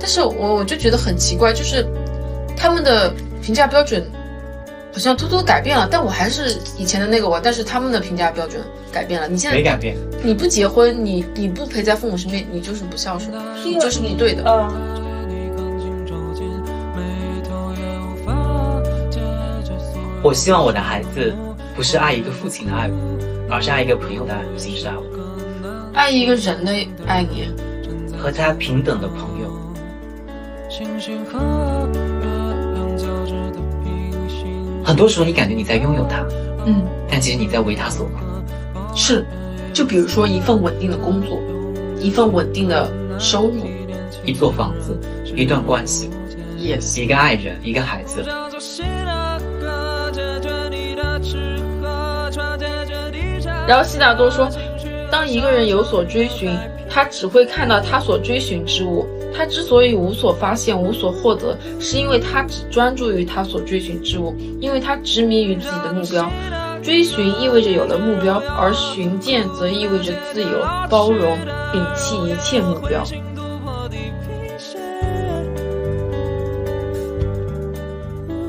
但是我我就觉得很奇怪，就是他们的评价标准好像偷偷改变了，但我还是以前的那个我，但是他们的评价标准改变了。你现没在改变。你不结婚，你你不陪在父母身边，你就是不孝顺，你就是不对的。嗯，我希望我的孩子不是爱一个父亲的爱我，而是爱一个朋友的爱我，亲是爱我，爱一个人的爱你，和他平等的朋友。很多时候，你感觉你在拥有他，嗯，但其实你在为他所苦。是，就比如说一份稳定的工作，一份稳定的收入一座房子，一段关系， ，yes，一个爱人，一个孩子，然后悉达多说，当一个人有所追寻，他只会看到他所追寻之物。他之所以无所发现、无所获得，是因为他只专注于他所追寻之物，因为他执迷于自己的目标。追寻意味着有了目标，而寻见则意味着自由、包容、摒弃一切目标。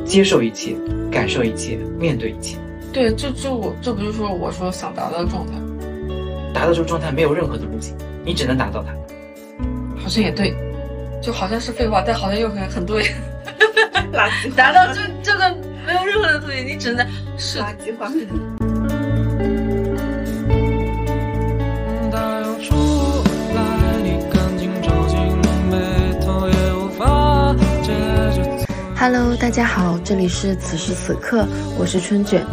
接受一切，感受一切，面对一切。对，这这我这不就是我说想达到的状态，达到这个状态没有任何的路径，你只能达到它。好像也对，就好像是废话，但好像又很很对。 垃圾话达到这这个没有任何的东西，你只能是垃圾话。他要出来，你赶紧找进被头也无法接着。 Hello，大家好，这里是此时此刻，我是春卷。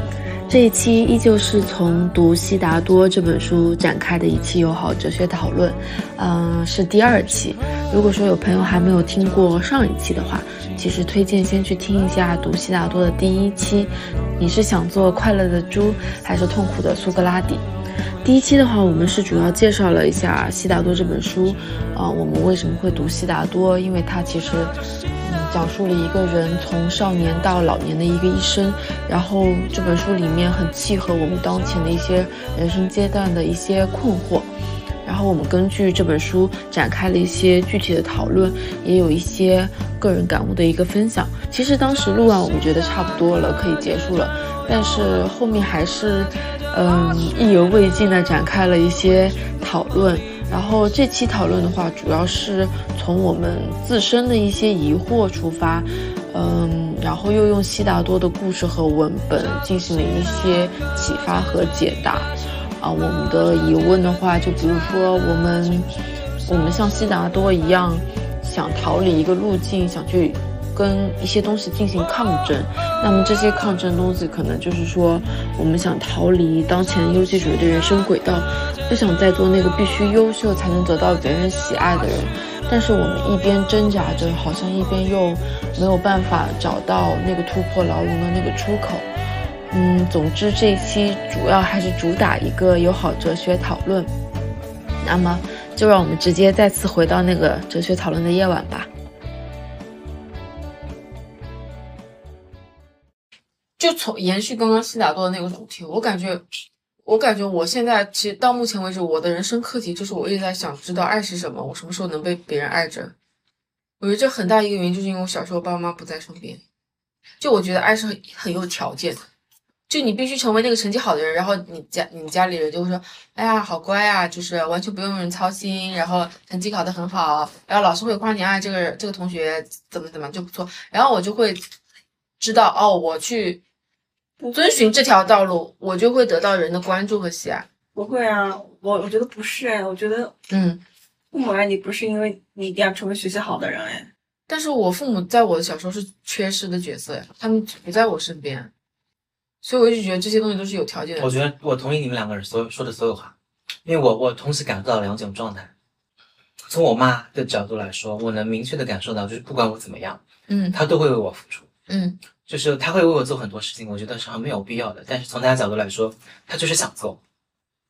这一期依旧是从读《悉达多》这本书展开的一期友好哲学讨论，嗯、是第二期。如果说有朋友还没有听过上一期的话，其实推荐先去听一下读《悉达多》的第一期。你是想做快乐的猪，还是痛苦的苏格拉底？第一期的话，我们是主要介绍了一下《悉达多》这本书，啊、我们为什么会读《悉达多》？因为它其实，嗯，讲述了一个人从少年到老年的一个一生。然后这本书里面很契合我们当前的一些人生阶段的一些困惑。然后我们根据这本书展开了一些具体的讨论，也有一些个人感悟的一个分享。其实当时录完，我们觉得差不多了，可以结束了，但是后面还是，嗯，意犹未尽的展开了一些讨论。然后这期讨论的话，主要是从我们自身的一些疑惑出发，嗯，然后又用悉达多的故事和文本进行了一些启发和解答。啊，我们的疑问的话，就比如说我们，我们像悉达多一样，想逃离一个路径，想去跟一些东西进行抗争。那么这些抗争东西，可能就是说，我们想逃离当前优绩主义的人生轨道，不想再做那个必须优秀才能得到别人喜爱的人。但是我们一边挣扎着，好像一边又没有办法找到那个突破牢笼的那个出口。嗯，总之这一期主要还是主打一个友好哲学讨论。那么，就让我们直接再次回到那个哲学讨论的夜晚吧。就从延续刚刚悉达多的那个主题，我感觉，我感觉我现在其实到目前为止，我的人生课题就是我一直在想知道爱是什么，我什么时候能被别人爱着。我觉得这很大一个原因就是因为我小时候爸爸妈妈不在身边，就我觉得爱是很很有条件的，就你必须成为那个成绩好的人，然后你家你家里人就会说，哎呀好乖啊，就是完全不用人操心，然后成绩考得很好，然后老师会夸你啊这个这个同学怎么怎么就不错，然后我就会知道哦，我去遵循这条道路，我就会得到人的关注和喜爱。不会啊，我我觉得不是哎，我觉得嗯，父母爱你不是因为你一定要成为学习好的人哎，但是我父母在我的小时候是缺失的角色呀，他们不在我身边，所以我一直觉得这些东西都是有条件我的。觉得我同意你们两个人所有说的所有话，因为我我同时感受到两种状态。从我妈的角度来说，我能明确的感受到，就是不管我怎么样，嗯她都会为我付出，嗯就是她会为我做很多事情，我觉得是很没有必要的。但是从她的角度来说，她就是想做，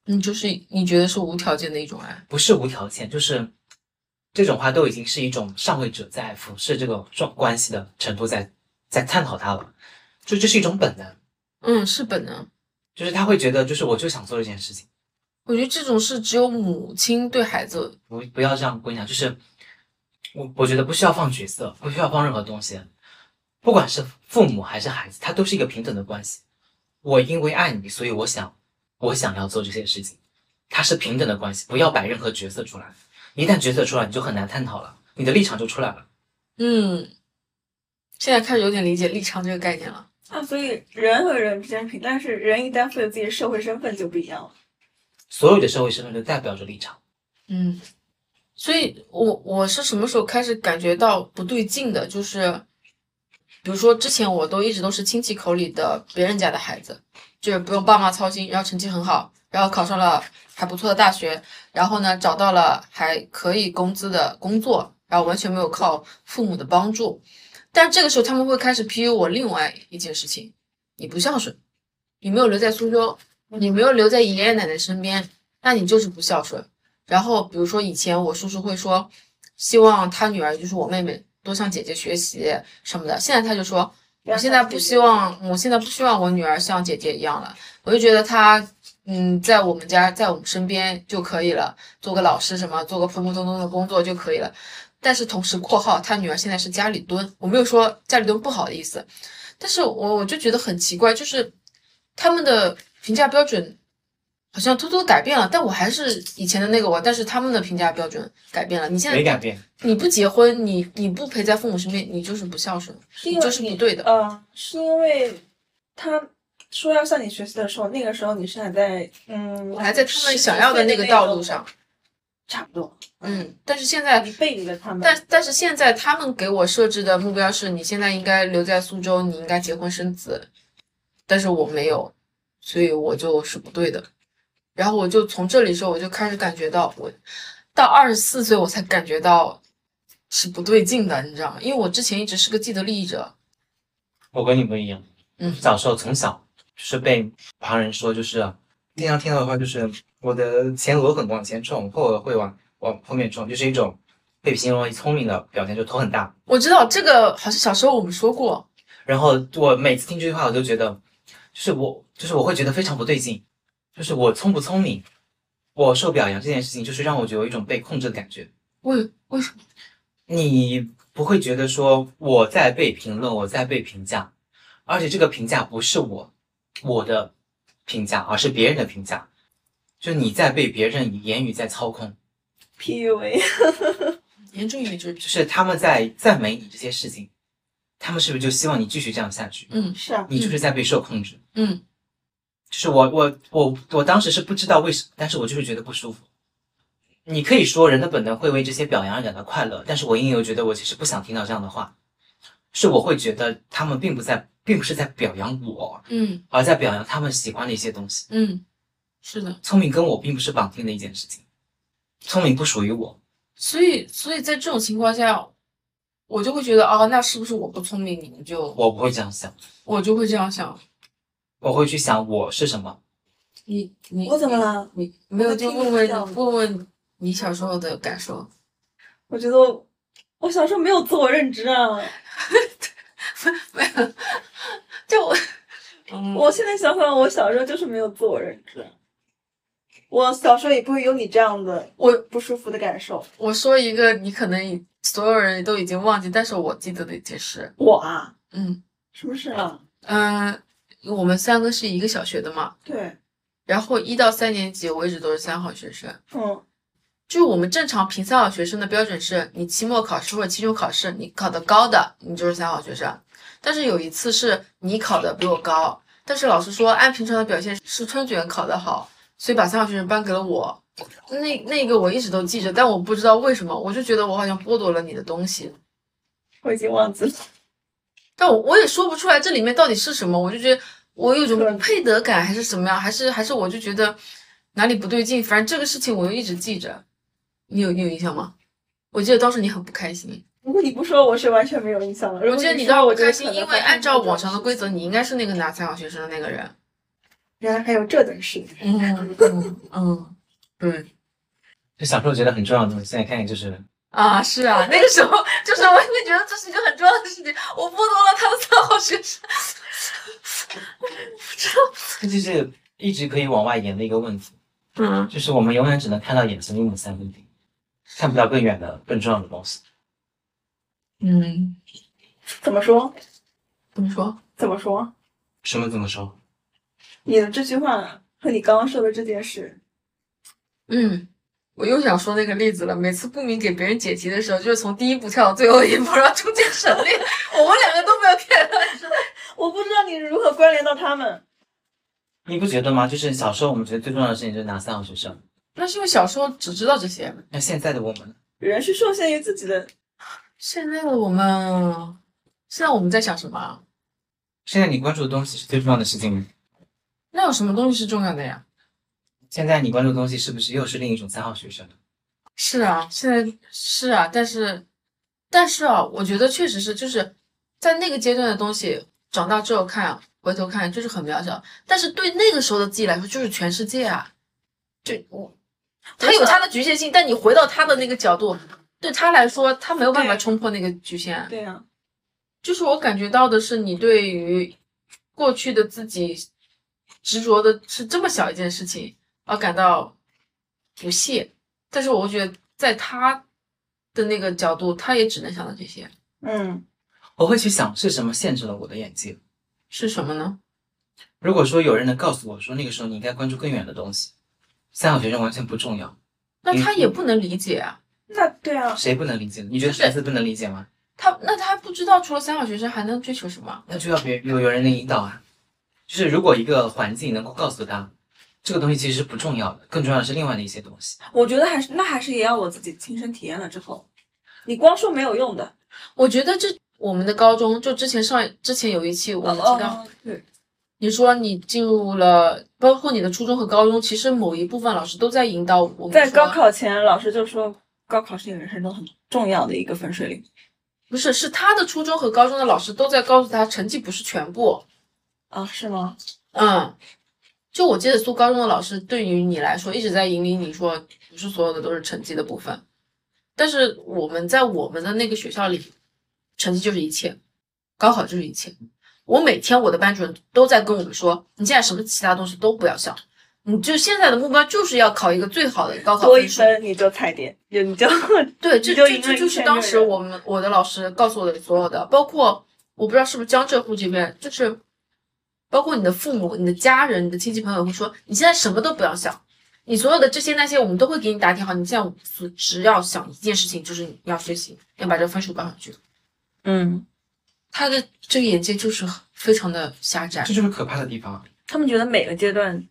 嗯，就是你觉得是无条件的一种爱。不是无条件，就是这种话都已经是一种上位者在俯视这个状关系的程度在在探讨它了，就这是一种本能，嗯，是本能。就是他会觉得就是我就想做这件事情，我觉得这种事只有母亲对孩子，不不要这样归纳，就是我我觉得不需要放角色，不需要放任何东西，不管是父母还是孩子，它都是一个平等的关系。我因为爱你，所以我想我想要做这些事情，它是平等的关系，不要摆任何角色出来，一旦角色出来，你就很难探讨了，你的立场就出来了。嗯，现在开始有点理解立场这个概念了。啊，所以人和人之间平，但是人一旦赋予自己的社会身份就不一样了。所有的社会身份都代表着立场。嗯，所以我我是什么时候开始感觉到不对劲的？就是，比如说之前我都一直都是亲戚口里的别人家的孩子，就是不用爸妈操心，然后成绩很好，然后考上了还不错的大学，然后呢找到了还可以工资的工作，然后完全没有靠父母的帮助。但这个时候他们会开始 PU 我另外一件事情：你不孝顺，你没有留在苏州，你没有留在爷爷奶奶身边，那你就是不孝顺。然后比如说以前我叔叔会说，希望他女儿就是我妹妹多向姐姐学习什么的，现在他就说，我现在不希望，我现在不希望我女儿像姐姐一样了，我就觉得她。嗯，在我们家，在我们身边就可以了，做个老师什么，做个普普通通的工作就可以了。但是同时（括号）他女儿现在是家里蹲，我没有说家里蹲不好的意思，但是我我就觉得很奇怪，就是他们的评价标准好像偷偷改变了，但我还是以前的那个我，但是他们的评价标准改变了。你嗯现在没改变，你不结婚，你你不陪在父母身边，你就是不孝顺，是你因为就是不对的。嗯，是因为他说要向你学习的时候，那个时候你是还在嗯，我还在他们想要的那个道路上，，差不多。嗯，但是现在你背离了他们，但但是现在他们给我设置的目标是你现在应该留在苏州，你应该结婚生子，但是我没有，所以我就是不对的。然后我就从这里时候我就开始感觉到我，到二十四岁我才感觉到是不对劲的，你知道吗？因为我之前一直是个既得利益者，我跟你不一样。嗯小时候从小就是被旁人说，就是啊经常听到的话，就是我的前额很往前冲，后额会往往后面冲，就是一种被形容为聪明的表现，就头很大。我知道这个好像小时候我们说过，然后我每次听这句话，我都觉得，就是我，就是我会觉得非常不对劲，就是我聪不聪明，我受表扬这件事情，就是让我觉得有一种被控制的感觉。为为什么？你不会觉得说我在被评论，我在被评价，而且这个评价不是我我的评价，而是别人的评价，就你在被别人以言语在操控， PUA 严重一点就是就是他们在赞美你这些事情，他们是不是就希望你继续这样下去？嗯是啊，你就是在被受控制。嗯，就是我我我我当时是不知道为什么，但是我就是觉得不舒服。你可以说人的本能会为这些表扬而感到快乐，但是我隐隐又觉得我其实不想听到这样的话，是我会觉得他们并不在，并不是在表扬我，嗯而在表扬他们喜欢的一些东西。嗯，是的。聪明跟我并不是绑定的一件事情，聪明不属于我，所以，所以在这种情况下，我就会觉得，哦，那是不是我不聪明？你们就我不会这样想，我就会这样想，我会去想我是什么。你你我怎么？了？你你没有我就听问你问讲问问你小时候的感受，我觉得我我小时候没有自我认知啊，没有，就我，嗯，我现在想想，我小时候就是没有自我认知。我小时候也不会有你这样的我不舒服的感受。 我说一个你可能已所有人都已经忘记，但是我记得的一件事，我啊，嗯什么事啊？嗯、呃我们三个是一个小学的嘛，对，然后一到三年级我一直都是三好学生，嗯，就是我们正常评三好学生的标准是，你期末考试或者期中考试，你考得高的，你就是三好学生。但是有一次是你考的比我高，但是老师说按平常的表现是春卷考得好，所以把三好学生颁给了我。那那个我一直都记着，但我不知道为什么，我就觉得我好像剥夺了你的东西，我已经忘记了。但我我也说不出来这里面到底是什么，我就觉得我有种对不配得感，还是怎么样，还是还是我就觉得哪里不对劲，反正这个事情我又一直记着。你有你有印象吗？我记得当时你很不开心，如果你不说，我是完全没有印象的。如我果记得你说当时我不就开可心，能因发为现按照这种往常的事规情则，你应该是那个拿三好学生的那 个人。原来还有这等事。嗯嗯嗯，对就小时候觉得很重要的东西，现在看见就是 啊，是啊，那个时候就是我会觉得这是一个很重要的事情，我剥夺了他的三好学生。这就是一直可以往外延的一个问题，嗯，就是我们永远只能看到眼前的一亩三分地，看不到更远的、更重要的东西。嗯，怎么说？怎么说？怎么说？什么怎么说？你的这句话和你刚刚说的这件事，嗯，我又想说那个例子了。每次顾明给别人解题的时候，就是从第一步跳到最后一步，然后中间省略。我们两个都没有 get 到。我不知道你如何关联到他们。你不觉得吗？就是小时候我们觉得最重要的事情就是拿三好学生，那是因为小时候只知道这些，那现在的我们呢，人是受限于自己的，现在的我们，现在我们在想什么啊？现在你关注的东西是最重要的事情吗？那有什么东西是重要的呀？现在你关注的东西是不是又是另一种三好学生呢？是啊，现在是啊，但是，但是啊，我觉得确实是，就是在那个阶段的东西，长大之后看，回头看就是很渺小，但是对那个时候的自己来说，就是全世界啊。就我，他有他的局限性，但你回到他的那个角度，对他来说，他没有办法对冲破那个局限。啊对啊呀、就是我感觉到的是，你对于过去的自己执着的是这么小一件事情而感到不屑，但是我觉得在他的那个角度，他也只能想到这些嗯，我会去想是什么限制了我的眼界。是什么呢？如果说有人能告诉我说那个时候你应该关注更远的东西，三好学生完全不重要，那他也不能理解啊，那对啊，谁不能理解？你觉得孩子不能理解吗？他那他不知道除了三好学生还能追求什么？那就要别有有人能引导啊。就是如果一个环境能够告诉他，这个东西其实是不重要的，更重要的是另外的一些东西。我觉得还是那还是也要我自己亲身体验了之后，你光说没有用的。我觉得这我们的高中就之前上之前有一期我们提到，哦，对，你说你进入了，包括你的初中和高中，其实某一部分老师都在引导我们在说高考前，老师就说高考是你人生中很重要的一个分水岭。不是，是他的初中和高中的老师都在告诉他，成绩不是全部。啊，是吗？嗯，就我记得苏高中的老师对于你来说一直在引领你说，不是所有的都是成绩的部分。但是我们在我们的那个学校里，成绩就是一切，高考就是一切。我每天我的班主任都在跟我们说，你现在什么其他东西都不要想，你就现在的目标就是要考一个最好的高考多一分数。分你就踩点，就 你就对，这你就这赢了这一就是千当个时人我们我的老师告诉我的所有的，包括我不知道是不是江浙沪这边，就是包括你的父母、你的家人、你的亲戚朋友会说，你现在什么都不要想，你所有的这些那些我们都会给你打听好，你现在只只要想一件事情，就是你要学习，要把这个分数报上去。嗯，他的这个眼界就是非常的狭窄，这就是可怕的地方啊。他们觉得每个阶段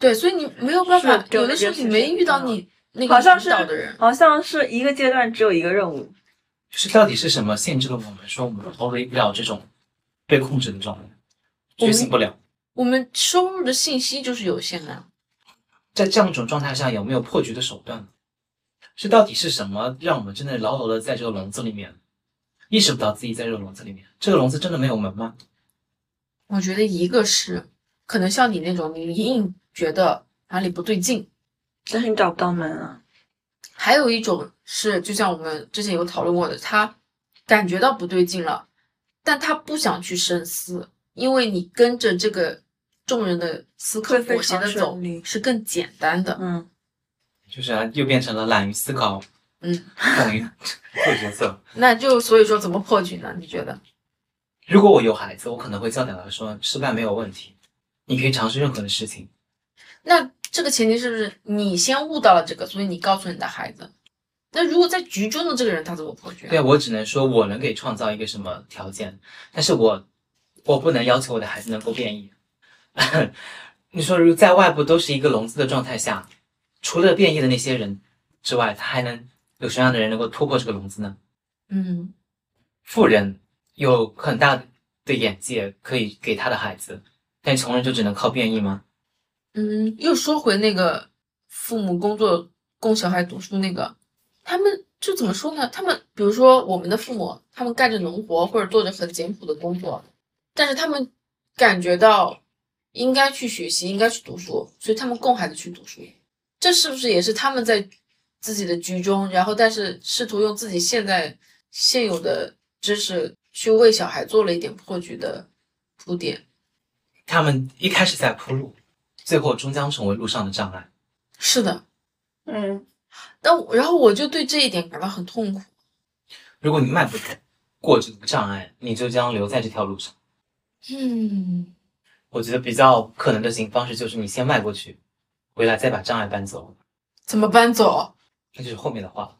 对，所以你没有办法是，只有有的这时候件你事没情遇到嗯你那个好像引是导的人，好像是一个阶段只有一个任务。就是到底是什么限制了我们，说我们脱离不了这种被控制的状态，觉醒不了。我们收入的信息就是有限的。在这样一种状态下，有没有破局的手段呢？是到底是什么让我们真的牢牢的在这个笼子里面，意识不到自己在这个笼子里面？这个笼子真的没有门吗？我觉得一个是可能像你那种，你隐隐觉得哪里不对劲；但是你找不到门啊，还有一种是，就像我们之前有讨论过的，他感觉到不对劲了，但他不想去深思，因为你跟着这个众人的思会考非裹挟常的走顺利是更简单的。嗯，就是、啊、又变成了懒于思考，嗯，等于做决策。那就所以说怎么破局呢？你觉得？如果我有孩子，我可能会教导他说，失败没有问题，你可以尝试任何的事情。那这个前提是不是你先悟到了这个，所以你告诉你的孩子？那如果在局中的这个人他怎么破局啊？对我只能说我能给创造一个什么条件，但是我我不能要求我的孩子能够变异。 你说，如果在外部都是一个笼子的状态下，除了变异的那些人之外，他还能有什么样的人能够突破这个笼子呢？嗯。富人有很大的眼界可以给他的孩子，但穷人就只能靠变异吗？嗯，又说回那个父母工作供小孩读书那个，他们就怎么说呢？他们比如说我们的父母，他们干着农活或者做着很简朴的工作，但是他们感觉到应该去学习，应该去读书，所以他们供孩子去读书。这是不是也是他们在自己的局中，然后但是试图用自己现在现有的知识去为小孩做了一点破局的铺垫。他们一开始在铺路，最后终将成为路上的障碍。是的，嗯，但我然后我就对这一点感到很痛苦。如果你迈不过这个障碍，你就将留在这条路上。嗯，我觉得比较可能的行方式就是你先迈过去，回来再把障碍搬走，怎么搬走？那就是后面的话了。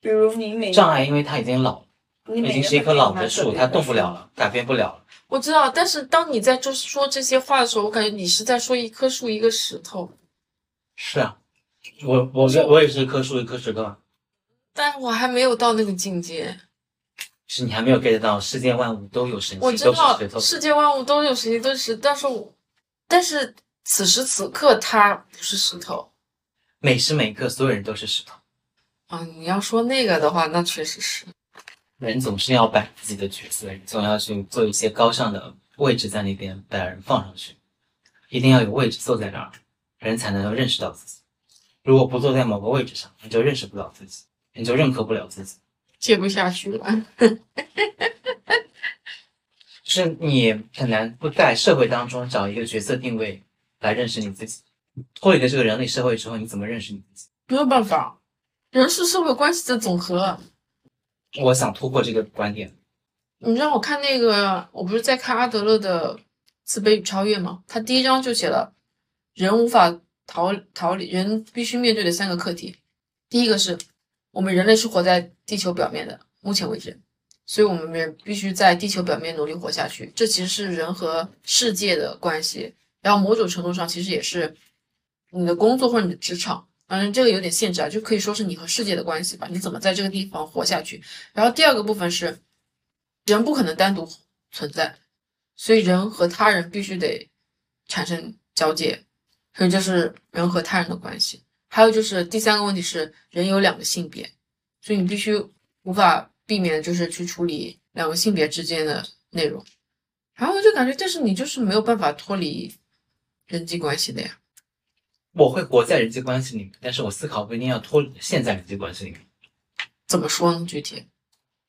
比如你每障碍因为它已经老了，你每已经个是一棵朋友老拿的手树，里它的动不树了了，改变不了了。我知道，但是当你在就是说这些话的时候，我感觉你是在说一棵树一个石头，是啊，我我我也是棵树一棵石头啊，但我还没有到那个境界。是你还没有 get 到世间万物都有神我奇，知都嗯是道石头。世界万物都有神奇，都是石，但是我，但是此时此刻它不是石头每时每刻，所有人都是石头。啊！你要说那个的话，那确实是。人总是要摆自己的角色，你总要去做一些高尚的位置在那边把人放上去，一定要有位置坐在那儿，人才能够认识到自己。如果不坐在某个位置上，你就认识不了自己，你就认可不了自己。接不下去了。就是你很难不在社会当中找一个角色定位来认识你自己。脱离了这个人类社会之后，你怎么认识你自没有办法，人是社会关系的总和。己？我想突破这个观点。你让我看那个，我不是在看阿德勒的《自卑与超越》吗？他第一章就写了，人无法逃逃离，人必须面对的三个课题。第一个是我们人类是活在地球表面的，目前为止，所以我们人必须在地球表面努力活下去。这其实是人和世界的关系，然后某种程度上其实也是你的工作或者你的职场。反正这个有点限制啊，就可以说是你和世界的关系吧。你怎么在这个地方活下去？然后第二个部分是，人不可能单独存在，所以人和他人必须得产生交界，所以这是人和他人的关系。还有就是第三个问题是，人有两个性别，所以你必须无法避免就是去处理两个性别之间的内容。然后我就感觉，但是你就是没有办法脱离人际关系的呀。我会活在人际关系里面，但是我思考不一定要脱现在人际关系里面。怎么说呢？具体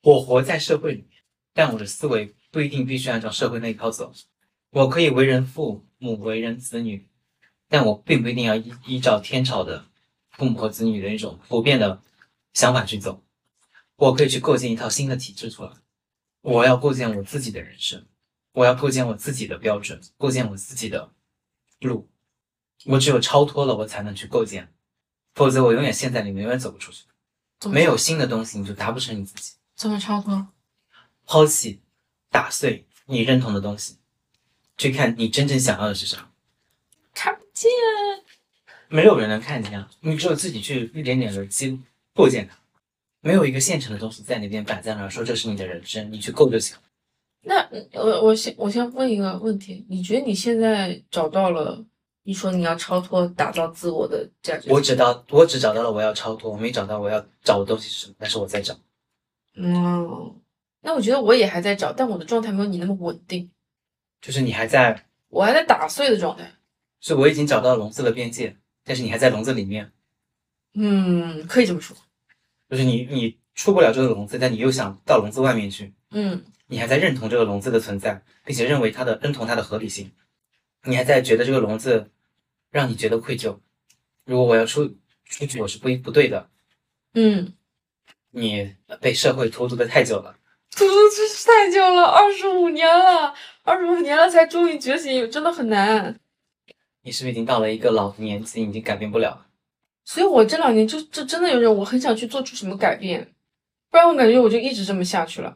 我活在社会里面，但我的思维不一定必须按照社会那一套走。我可以为人父母、为人子女，但我并不一定要依依照天朝的父母和子女的一种普遍的想法去走。我可以去构建一套新的体制出来。我要构建我自己的人生，我要构建我自己的标准，构建我自己的路。我只有超脱了，我才能去构建，否则我永远陷在里面，永远走不出去。怎么没有新的东西，你就达不成你自己。怎么超脱？抛弃、打碎你认同的东西，去看你真正想要的是啥。看不见。啊没有人能看见啊，你只有自己去一点点的积构建它。没有一个现成的东西在那边摆在那儿，说这是你的人生，你去够就行。那嗯我我先我先问一个问题，你觉得你现在找到了？你说你要超脱、打造自我的价值，我只到我只找到了我要超脱，我没找到我要找的东西是什么，但是我在找。嗯，那我觉得我也还在找，但我的状态没有你那么稳定，就是你还在，我还在打碎的状态。是我已经找到笼子的边界，但是你还在笼子里面，嗯，可以这么说。就是你你出不了这个笼子，但你又想到笼子外面去。嗯，你还在认同这个笼子的存在，并且认为它的认同它的合理性，你还在觉得这个笼子让你觉得愧疚。如果我要出出去，我是不不对的。嗯，你被社会荼毒的太久了，读这是太久了，二十五年了，二十五年了才终于觉醒，真的很难。你是不是已经到了一个老年纪，已经改变不了了？所以我这两年就就真的有点，我很想去做出什么改变，不然我感觉我就一直这么下去了。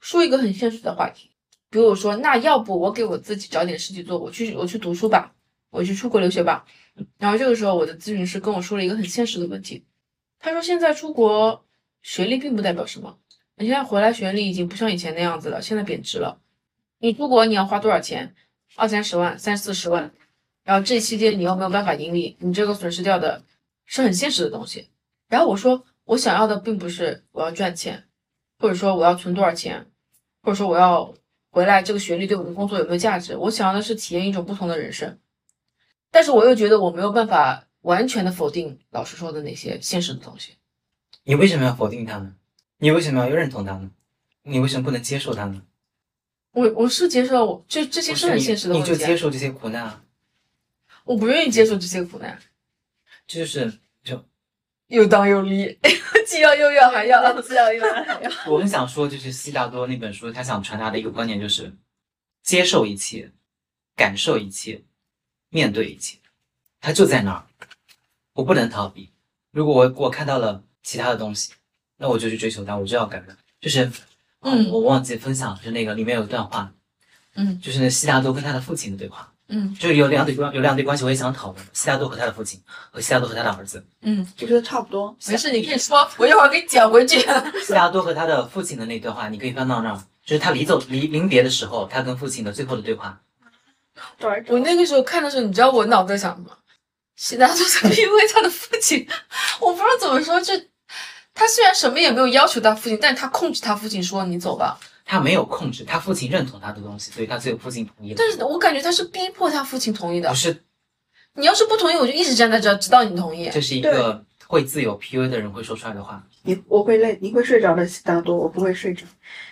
说一个很现实的话题，比如我说，那要不我给我自己找点事情做，我去我去读书吧，我去出国留学吧。然后这个时候，我的咨询师跟我说了一个很现实的问题，他说现在出国学历并不代表什么，你现在回来学历已经不像以前那样子了，现在贬值了。你出国你要花多少钱？二三十万，三四十万，然后这期间你又没有办法盈利，你这个损失掉的是很现实的东西。然后我说，我想要的并不是我要赚钱，或者说我要存多少钱，或者说我要回来这个学历对我的工作有没有价值。我想要的是体验一种不同的人生。但是我又觉得我没有办法完全的否定老师说的那些现实的东西，你为什么要否定它呢？你为什么要认同它呢？你为什么不能接受它呢？我我是接受，我这这些不是很现实的你，问你题就啊、接受这些苦难啊，我不愿意接受这些苦难，这就是就又当又立， 既要又要还要。知道又来了。我很想说，就是悉达多那本书，他想传达的一个观点就是，接受一切，感受一切，面对一切，它就在那儿，我不能逃避。如果我我看到了其他的东西，那我就去追求它，我就要改变。就是，嗯哦我忘记分享，就是那个里面有一段话， 嗯就是那悉达多跟他的父亲的对话，嗯就是有两对关有两对关系，我也想讨论悉达多和他的父亲和悉达多和他的儿子。嗯，我觉得差不多。没事，你可以说，我一会儿给你讲回去。 悉达多和他的父亲的那段话，你可以翻到那儿，就是他离走离临别的时候，他跟父亲的最后的对话。找一找我那个时候看的时候，你知道我脑子在想什么？悉达多他因为他的父亲， 我不知道怎么说，就他虽然什么也没有要求他父亲，但是他控制他父亲说你走吧。他没有控制，他父亲认同他的东西，所以他最后父亲同意了。但是我感觉他是逼迫他父亲同意的不。是，你要是不同意，我就一直站在这儿，直到你同意。这是一个会自由 PUA 的人会说出来的话。你我会累，你会睡着的，悉达多，我不会睡着；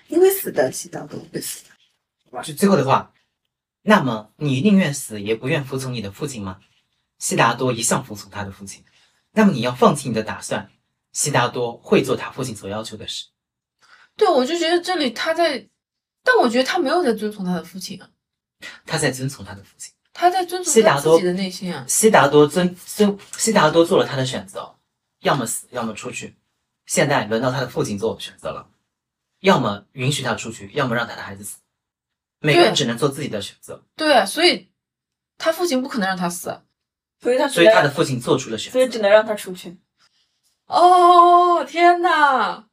你会死的，悉达多，我会死的。就最后的话，那么你宁愿死也不愿服从你的父亲吗？悉达多一向服从他的父亲。那么你要放弃你的打算，悉达多会做他父亲所要求的事。对，我就觉得这里他在，但我觉得他没有在遵从他的父亲啊，他在遵从他的父亲。他在遵从悉他达自多己的内心啊。悉达多遵遵悉达多做了他的选择，哦要么死，要么出去。现在轮到他的父亲做选择了，要么允许他出去，要么让他的孩子死。每个人对只能做自己的选择，对，所以他父亲不可能让他死。啊所以他所以他的父亲做出了选择。能让他出去。哦，天哪！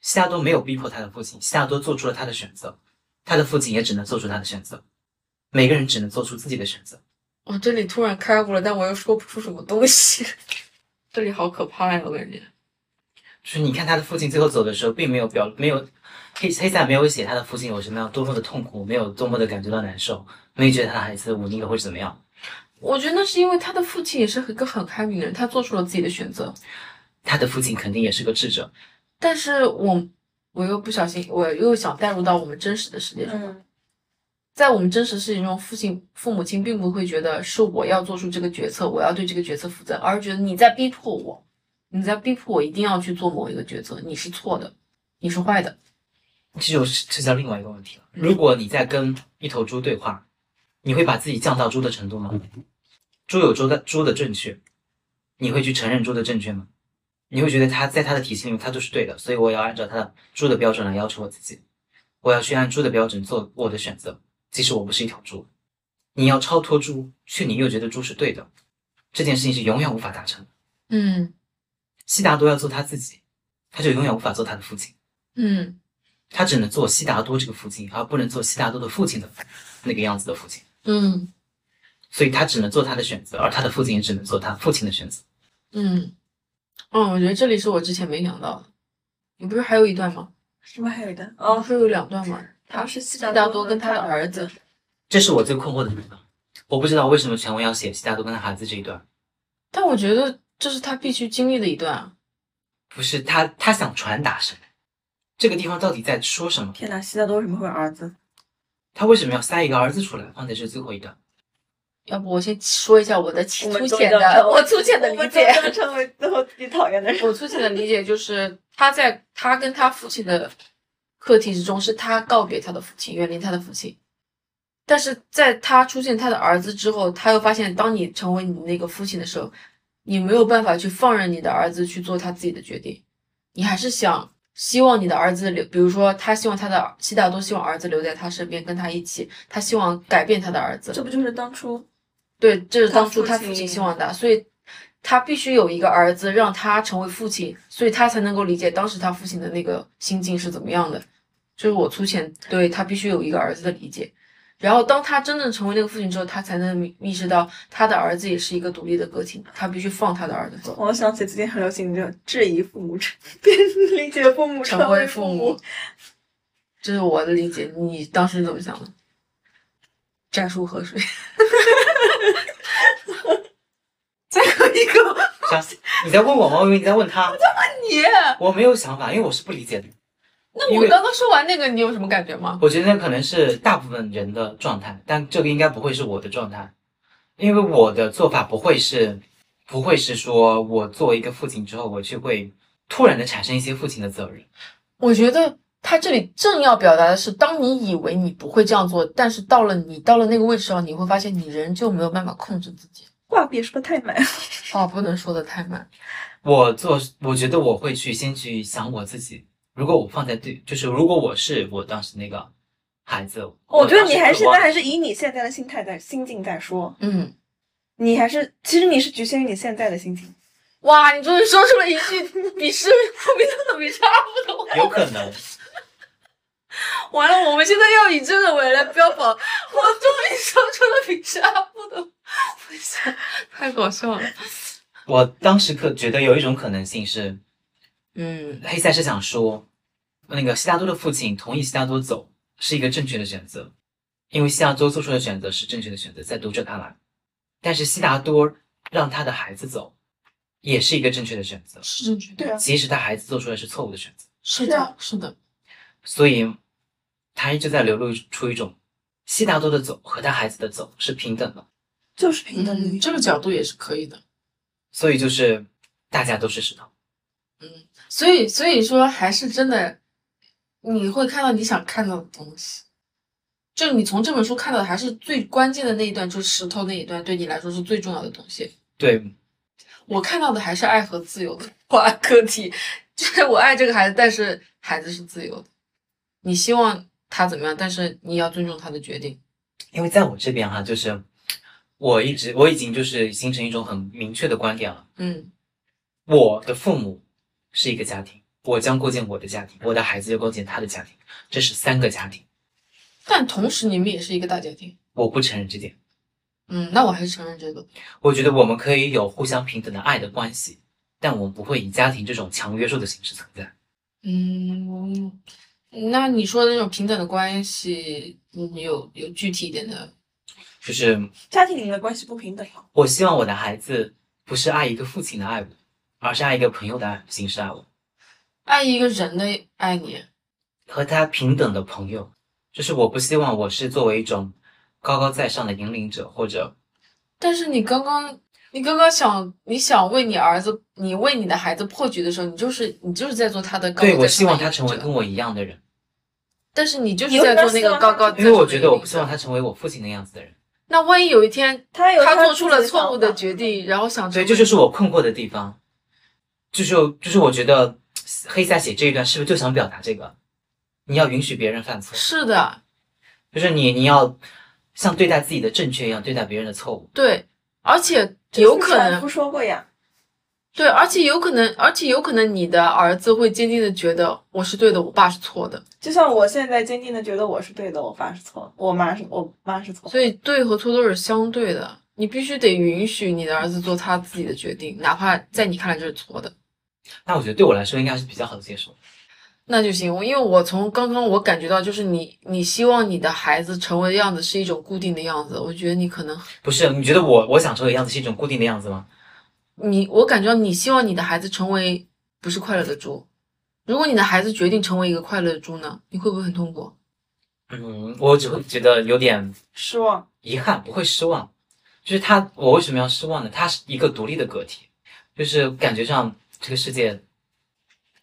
悉达多没有逼迫他的父亲，悉达多做出了他的选择，他的父亲也只能做出他的选择。每个人只能做出自己的选择。我哦这里突然开悟了，但我又说不出什么东西。 这里好可怕呀，我感觉。就是你看他的父亲最后走的时候，并没有表没有黑黑塞没有写他的父亲有什么样多么的痛苦，没有多么的感觉到难受，没有觉得他的孩子忤逆了或者怎么样。我觉得那是因为他的父亲也是一个很开明的人，他做出了自己的选择。他的父亲肯定也是个智者，但是我我又不小心，我又想带入到我们真实的世界中。嗯，在我们真实世界中，父亲父母亲并不会觉得是我要做出这个决策，我要对这个决策负责，而是觉得你在逼迫我，你在逼迫我一定要去做某一个决策，你是错的，你是坏的。这就是这叫另外一个问题了。如果你在跟一头猪对话，你会把自己降到猪的程度吗？猪有猪的猪的正确，你会去承认猪的正确吗？你会觉得它在它的体系里面它就是对的，所以我要按照它的猪的标准来要求我自己，我要去按猪的标准做我的选择，即使我不是一头猪。你要超脱猪，却你又觉得猪是对的，这件事情是永远无法达成的。嗯悉达多要做他自己，他就永远无法做他的父亲。嗯，他只能做悉达多这个父亲，而不能做悉达多的父亲的那个样子的父亲，嗯所以他只能做他的选择，而他的父亲也只能做他父亲的选择。嗯，嗯，我觉得这里是我之前没想到的。你不是还有一段吗？什么还有的？哦，哦，是有两段吗？他是悉悉达多跟他的儿子，这是我最困惑的地方，我不知道为什么全文要写悉达多跟他孩子这一段，但我觉得这是他必须经历的一段啊。不是他他想传达什么，这个地方到底在说什么？天哪，悉达多为什么会有儿子？他为什么要塞一个儿子出来放在这最后一段？要不我先说一下我的粗我们终于浅要的，成为 我粗浅的理解。我们终于要成为最后自己讨厌的人。我粗浅的理解就是，他在他跟他父亲的课题之中，是他告别他的父亲，远离他的父亲。但是在他出现他的儿子之后，他又发现，当你成为你那个父亲的时候，你没有办法去放任你的儿子去做他自己的决定，你还是想希望你的儿子留，比如说他希望他的悉达多希望儿子留在他身边，跟他一起，他希望改变他的儿子。这不就是当初对，这是他当初父他父亲亲希望的，所以他必须有一个儿子，让他成为父亲，所以他才能够理解当时他父亲的那个心境是怎么样的。这是我粗浅对他必须有一个儿子的理解。然后，当他真正成为那个父亲之后，他才能明意识到他的儿子也是一个独立的个体，他必须放他的儿子走。我想起最近很流行这种质疑父母，变理解父母，成为为父母。，这是我的理解。你当时怎么想的？战术河水。 再有一个想你在问我吗？我以为你在问他，你。我没有想法，因为我是不理解的。那因我为刚刚说完那个，你有什么感觉吗？我觉得那可能是大部分人的状态，但这个应该不会是我的状态，因为我的做法不会是，不会是说我作为一个父亲之后，我就会突然的产生一些父亲的责任。我觉得他这里正要表达的是，当你以为你不会这样做，但是到了你到了那个位置上，你会发现你仍旧没有办法控制自己。话别说的太满。哦，不能说的太满。我做，我觉得我会去先去想我自己，如果我放在对，就是如果我是我当时那个孩子，我觉得你还是那还是是以你现在的心态在心境在说，嗯，你还是其实你是局限于你现在的心情。哇，你终于说出了一句鄙视富比特比差不的话。有可能，完了，我们现在要以这个为来标榜，我终于说出了比是阿布的， 我想太搞笑了。我当时可觉得有一种可能性是，嗯黑塞是想说，那个悉达多的父亲同意悉达多走是一个正确的选择，因为悉达多做出的选择是正确的选择，在读者看来，但是悉达多让他的孩子走，也是一个正确的选择，是正确的，对啊，即使他孩子做出的是错误的选择，是是啊的，是的，所以他一直在流露出一种悉达多的走和他孩子的走是平等的，就是平等嗯，的。这个角度也是可以的。所以就是大家都是石头，所以，所以说还是真的，你会看到你想看到的东西。就你从这本书看到的，还是最关键的那一段，就是石头那一段，对你来说是最重要的东西。对，我看到的还是爱和自由的话课题，就是我爱这个孩子，但是孩子是自由的，你希望他怎么样，但是你要尊重他的决定。因为在我这边哈、就是我一直我已经就是形成一种很明确的观点了。嗯我的父母是一个家庭，我将构建我的家庭，我的孩子要构建他的家庭，这是三个家庭。但同时你们也是一个大家庭。我不承认这点，嗯，那我还是承认这个。我觉得我们可以有互相平等的爱的关系，但我们不会以家庭这种强约束的形式存在。嗯，那你说的那种平等的关系，你有有具体一点的？就是家庭里面的关系不平等嘛，我希望我的孩子不是爱一个父亲的爱我，而是爱一个朋友的爱形式爱我，爱一个人的爱你，和他平等的朋友。就是我不希望我是作为一种高高在上的引领者或者但是你刚刚，你刚刚想，你想为你儿子，你为你的孩子破局的时候，你就是你就是在做他的高高对我在希上的望他引成为者跟我一样的人。但是你就是你有在点做那希个望高他高在因为成上我的觉得引我领不希望者他成为我父亲那样子的人，那万一有一天他有他做自己出了的想错误的法决定，然后想所以成这为就是我困惑的地方，就是就是我觉得黑塞写这一段是不是就想表达这个？你要允许别人犯错，是的，就是你你要像对待自己的正确一样对待别人的错误。对，而且有可反能复说过呀，对，而且有可能，而且有可能你的儿子会坚定的觉得我是对的，我爸是错的，就像我现在坚定的觉得我是对的，我爸是错，我妈是我妈是错。所以对和错都是相对的，你必须得允许你的儿子做他自己的决定，哪怕在你看来这是错的，那我觉得对我来说应该是比较好的接受。那就行。因为我从刚刚我感觉到，就是你你希望你的孩子成为的样子是一种固定的样子，我觉得你可能不是，你觉得我我想说的样子是一种固定的样子吗？你，我感觉到你希望你的孩子成为不是快乐的猪。如果你的孩子决定成为一个快乐的猪呢，你会不会很痛苦？嗯，我只会觉得有点失望，遗憾，不会失望。就是他，我为什么要失望呢？他是一个独立的个体，就是感觉上这个世界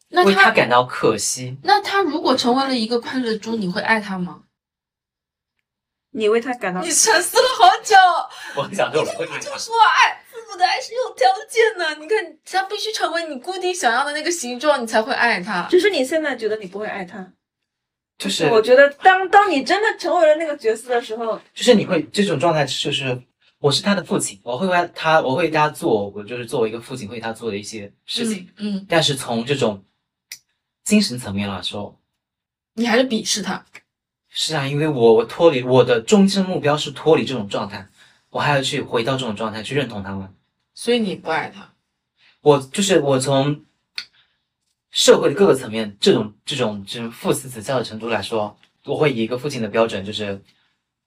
那为他他感到可惜。 那他如果成为了一个快乐的猪，你会爱他吗？你为他感到沉思了好久，我想说，我会爱他。说爱父母的爱是有条件的，你看他必须成为你固定想要的那个形状，你才会爱他。只是你现在觉得你不会爱他。就是我觉得当当你真的成为了那个角色的时候，就是你会这种状态，就是我是他的父亲，我会为他，我会为他做，我就是作为一个父亲为他做的一些事情。嗯，但是从这种精神层面来说，你还是鄙视他。是啊，因为我我脱离我的终身目标是脱离这种状态，我还要去回到这种状态去认同他们。所以你不爱他，我就是我从社会的各个层面，这种这种这种父慈子孝的程度来说，我会以一个父亲的标准，就是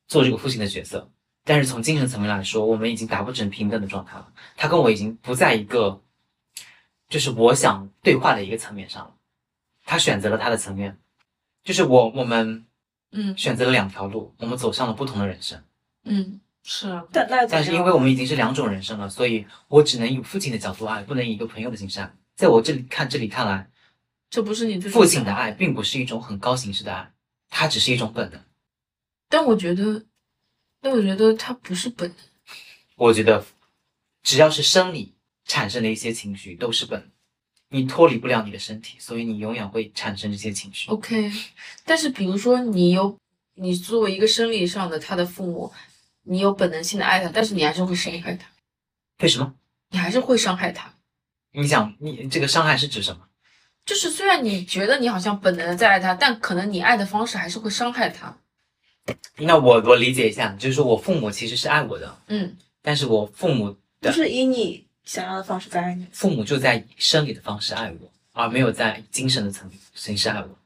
做这个父亲的角色。但是从精神层面来说，我们已经达不成平等的状态了。他跟我已经不在一个，就是我想对话的一个层面上了。他选择了他的层面，就是我我们嗯选择了两条路，我们走向了不同的人生。嗯，是啊，但那又怎但是么因样为我们已经是两种人生了，所以我只能以父亲的角度爱，不能以一个朋友的形式爱。在我这里看这里看来，这不是你最父亲的爱并不是一种很高形式的爱，它只是一种本能。但我觉得，但我觉得他不是本能。我觉得，只要是生理产生的一些情绪，都是本能。你脱离不了你的身体，所以你永远会产生这些情绪。 OK，但是比如说你有，你作为一个生理上的他的父母，你有本能性的爱他，但是你还是会伤害他，为什么？你还是会伤害他。你想，你这个伤害是指什么？就是虽然你觉得你好像本能的在爱他，但可能你爱的方式还是会伤害他。那我我理解一下，就是说我父母其实是爱我的，嗯，但是我父母就的是以你想要的方式在爱你。父母就在以生理的方式爱我，而没有在精神的层形式爱我，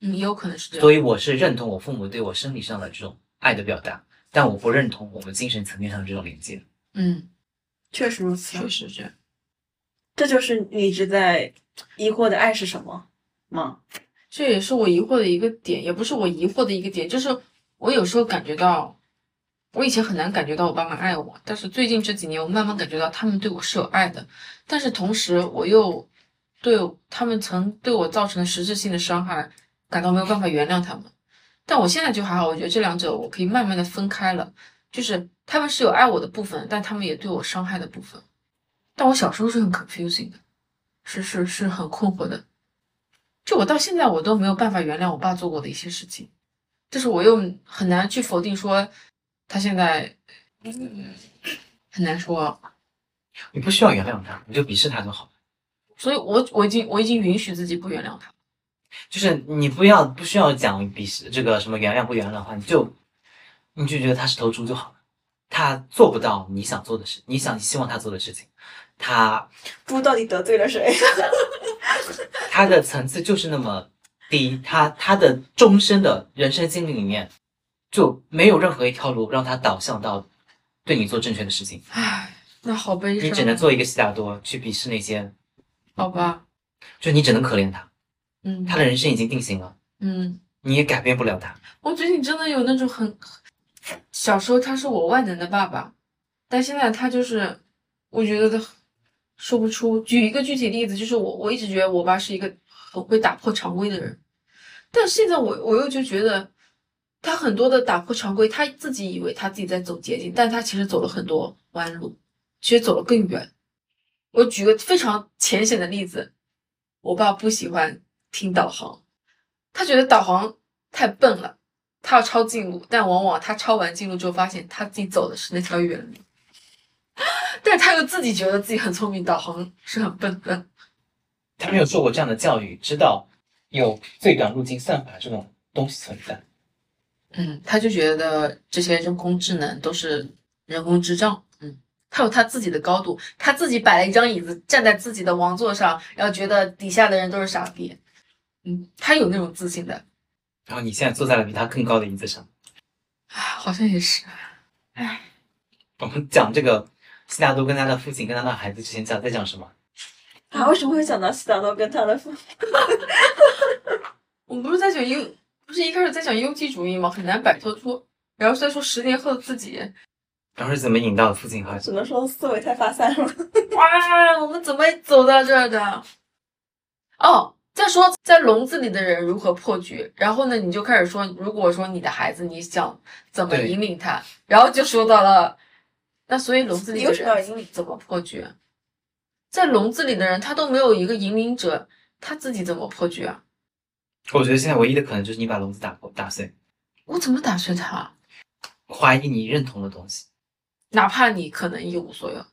嗯，也有可能是这样。所以我是认同我父母对我生理上的这种爱的表达，但我不认同我们精神层面上的这种连接。嗯，确实如此，实这样。这就是你一直在疑惑的爱是什么吗？这也是我疑惑的一个点，也不是我疑惑的一个点，就是我有时候感觉到，我以前很难感觉到我爸妈爱我，但是最近这几年，我慢慢感觉到他们对我是有爱的，但是同时我又对他们曾对我造成的实质性的伤害感到没有办法原谅他们。但我现在就还好，我觉得这两者我可以慢慢的分开了，就是他们是有爱我的部分，但他们也对我伤害的部分。但我小时候是很 confusing 的，是是是很困惑的。就我到现在我都没有办法原谅我爸做过的一些事情，但是我又很难去否定说他现在，嗯，很难说。你不需要原谅他，你就鄙视他就好了。所以我我已经我已经允许自己不原谅他。就是你不要不需要讲鄙视这个什么原谅不原谅的话，你就你就觉得他是头猪就好了。他做不到你想做的事，你想希望他做的事情，他猪到底得罪了谁？ 他的层次就是那么低，他他的终身的人生经历里面，就没有任何一条路让他导向到对你做正确的事情，唉，那好悲伤。啊你只能做一个悉达多去鄙视那些，好吧，就你只能可怜他，嗯，他的人生已经定型了，嗯，你也改变不了他。我最近真的有那种很，小时候他是我万能的爸爸，但现在他就是，我觉得他说不出。举一个具体例子，就是我我一直觉得我爸是一个很会打破常规的人，但现在我我又就觉得他很多的打破常规，他自己以为他自己在走捷径，但他其实走了很多弯路，其实走了更远。我举个非常浅显的例子，我爸不喜欢听导航，他觉得导航太笨了，他要抄近路，但往往他抄完近路之后，发现他自己走的是那条远路， 但他又自己觉得自己很聪明，导航是很笨的。他没有受过这样的教育，知道有最短路径算法这种东西存在。嗯，他就觉得这些人工智能都是人工智障。嗯，他有他自己的高度，他自己摆了一张椅子，站在自己的王座上，然后觉得底下的人都是傻逼。嗯，他有那种自信的，然后你现在坐在了比他更高的椅子上。啊，好像也是。我们讲这个悉达多跟他的父亲跟他的孩子之前讲在讲什么？啊，为什么会想到西达多跟他的父母？我们不是在讲优，不是一开始在讲优绩主义吗？很难摆脱出，然后是在说十年后的自己。然后是怎么引到父亲和孩子？只能说思维太发散了。 哇，我们怎么走到这儿的？哦，再说在笼子里的人如何破局，然后呢，你就开始说，如果说你的孩子你想怎么对引领他，然后就说到了，那所以笼子里你的为什么要人啊引领怎么破局？在笼子里的人他都没有一个引领者，他自己怎么破局啊？我觉得现在唯一的可能就是你把笼子打破打碎，我怎么打碎他？怀疑你认同的东西，哪怕你可能一无所有，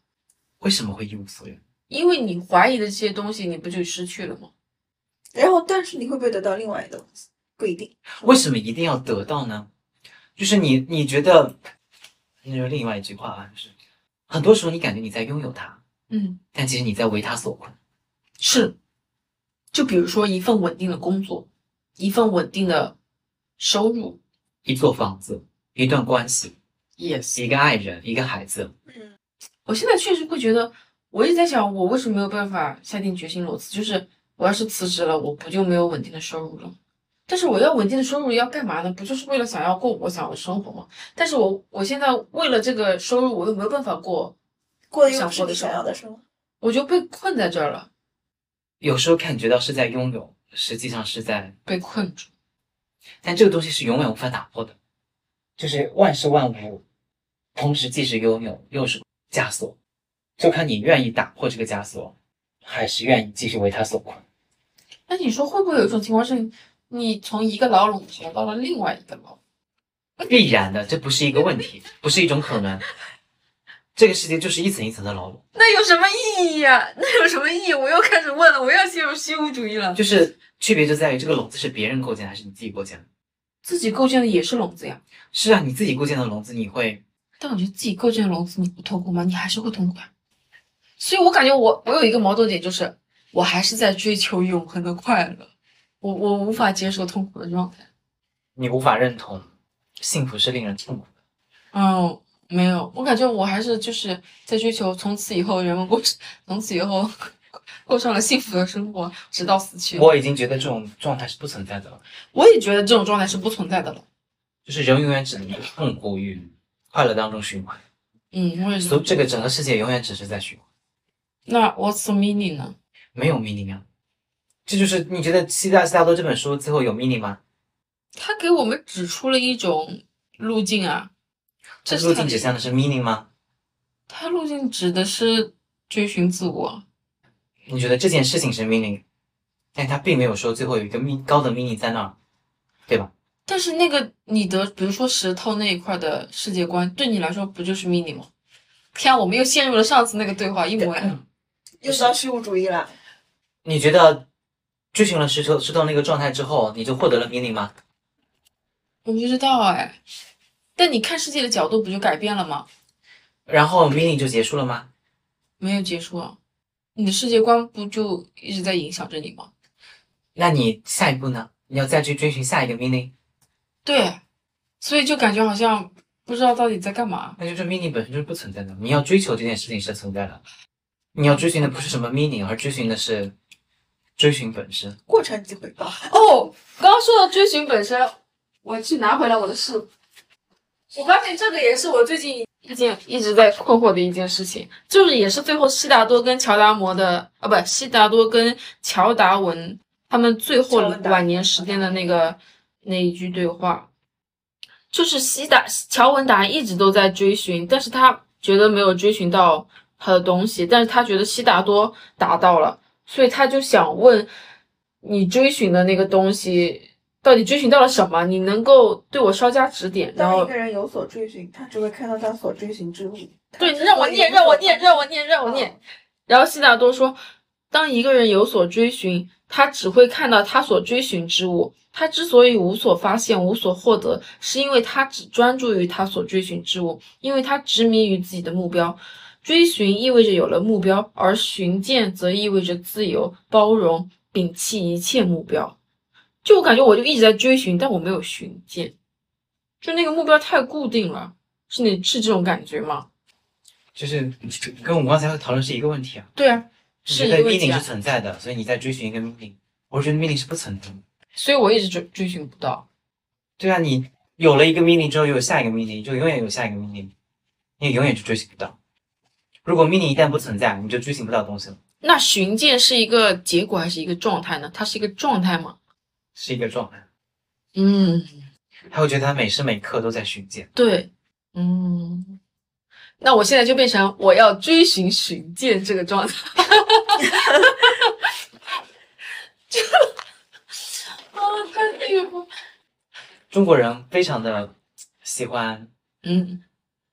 为什么会一无所有？因为你怀疑的这些东西，你不就失去了吗？然后，但是你会不会得到另外一个东西？不一定。为什么一定要得到呢？就是你你觉得，那就是另外一句话啊，就是很多时候你感觉你在拥有它，嗯，但其实你在为它所困。是。就比如说一份稳定的工作，一份稳定的收入一座房子，一段关系， ，yes。一个爱人，一个孩子，嗯，我现在确实会觉得，我一直在想，我为什么没有办法下定决心裸辞？就是我要是辞职了，我不就没有稳定的收入了吗？但是我要稳定的收入要干嘛呢？不就是为了想要过我想要的生活吗？但是我我现在为了这个收入，我又没有办法过，过的又不是你想要的生活。我就被困在这儿了，有时候感觉到是在拥有，实际上是在，被困住。但这个东西是永远无法打破的，就是万事万物，同时既是拥有又是枷锁，就看你愿意打破这个枷锁，还是愿意继续为它所困。那你说会不会有一种情况是，你从一个牢笼逃到了另外一个牢笼？必然的，这不是一个问题，不是一种可能。这个世界就是一层一层的牢笼，那有什么意义呀、 那有什么意义？我又开始问了，我又陷入虚无主义了。就是区别就在于这个笼子是别人构建的还是你自己构建的。自己构建的也是笼子呀，是啊，你自己构建的笼子，你会但我觉得自己构建的笼子你不痛苦吗？你还是会痛苦呀。所以我感觉我我有一个矛盾点，就是我还是在追求永恒的快乐，我我无法接受痛苦的状态。你无法认同，幸福是令人痛苦的。嗯，没有，我感觉我还是就是在追求从此以后人们过， 从此以后过上了幸福的生活，直到死去。我已经觉得这种状态是不存在的了，我也觉得这种状态是不存在的了。就是人永远只能在痛苦与快乐当中循环，嗯，我也所是以。这个整个世界永远只是在循环，那 What's the meaning 呢？没有 meaning 啊。这就是你觉得《希腊西大多》这本书最后有 meaning 吗？他给我们指出了一种路径啊，这这是路它径的指向的是 meaning 吗？他路径指的是追寻自我。你觉得这件事情是 meaning，但它并没有说最后有一个 mean 高的 meaning 在那儿，对吧？但是那个你的，比如说石头那一块的世界观，对你来说不就是 mini 吗？天啊，我们又陷入了上次那个对话，一模一嗯样。又到虚无主义了，你觉得追寻了石头石头那个状态之后，你就获得了 meaning 吗？我不知道哎，但你看世界的角度不就改变了吗？然后 meaning 就结束了吗？没有结束啊，你的世界观不就一直在影响着你吗？那你下一步呢？你要再去追寻下一个 meaning，对，所以就感觉好像不知道到底在干嘛。那就是 meaning 本身就是不存在的。你要追求这件事情是存在的，你要追寻的不是什么 meaning，而追寻的是追寻本身。过程即回报。哦，刚刚说到追寻本身，我去拿回来我的饰物。我发现这个也是我最近一件一直在困惑的一件事情，就是也是最后悉达多跟乔达摩的啊，不，悉达多跟乔达文他们最后乔文达晚年时间的那个那一句对话，就是悉达乔文达一直都在追寻，但是他觉得没有追寻到他的东西，但是他觉得悉达多达到了，所以他就想问你追寻的那个东西到底追寻到了什么？你能够对我稍加指点，然当一后个人有所追寻，他只会看到他所追寻之路。对，让我念，让我念，让我念，嗯让我哦念。然后悉达多说，当一个人有所追寻，他只会看到他所追寻之物。他之所以无所发现、无所获得，是因为他只专注于他所追寻之物，因为他执迷于自己的目标。追寻意味着有了目标，而寻见则意味着自由、包容、摒弃一切目标。就我感觉，我就一直在追寻，但我没有寻见，就那个目标太固定了，是你是这种感觉吗？就是跟我们刚才讨论是一个问题啊。对啊，你觉是一个得问题 meaning 是啊，存在的，所以你在追寻一个 meaning。我觉得 meaning 是不存在的。所以我一直追追寻不到。对啊，你有了一个 meaning 之后，又有下一个 meaning，就永远有下一个 meaning，你也永远就追寻不到。如果 meaning 一旦不存在，你就追寻不到东西了，那寻见是一个结果还是一个状态呢？它是一个状态吗？是一个状态。嗯，他会觉得他每时每刻都在寻见，对，嗯。那我现在就变成我要追寻寻见这个状态，就 啊，太幸福。中国人非常的喜欢嗯，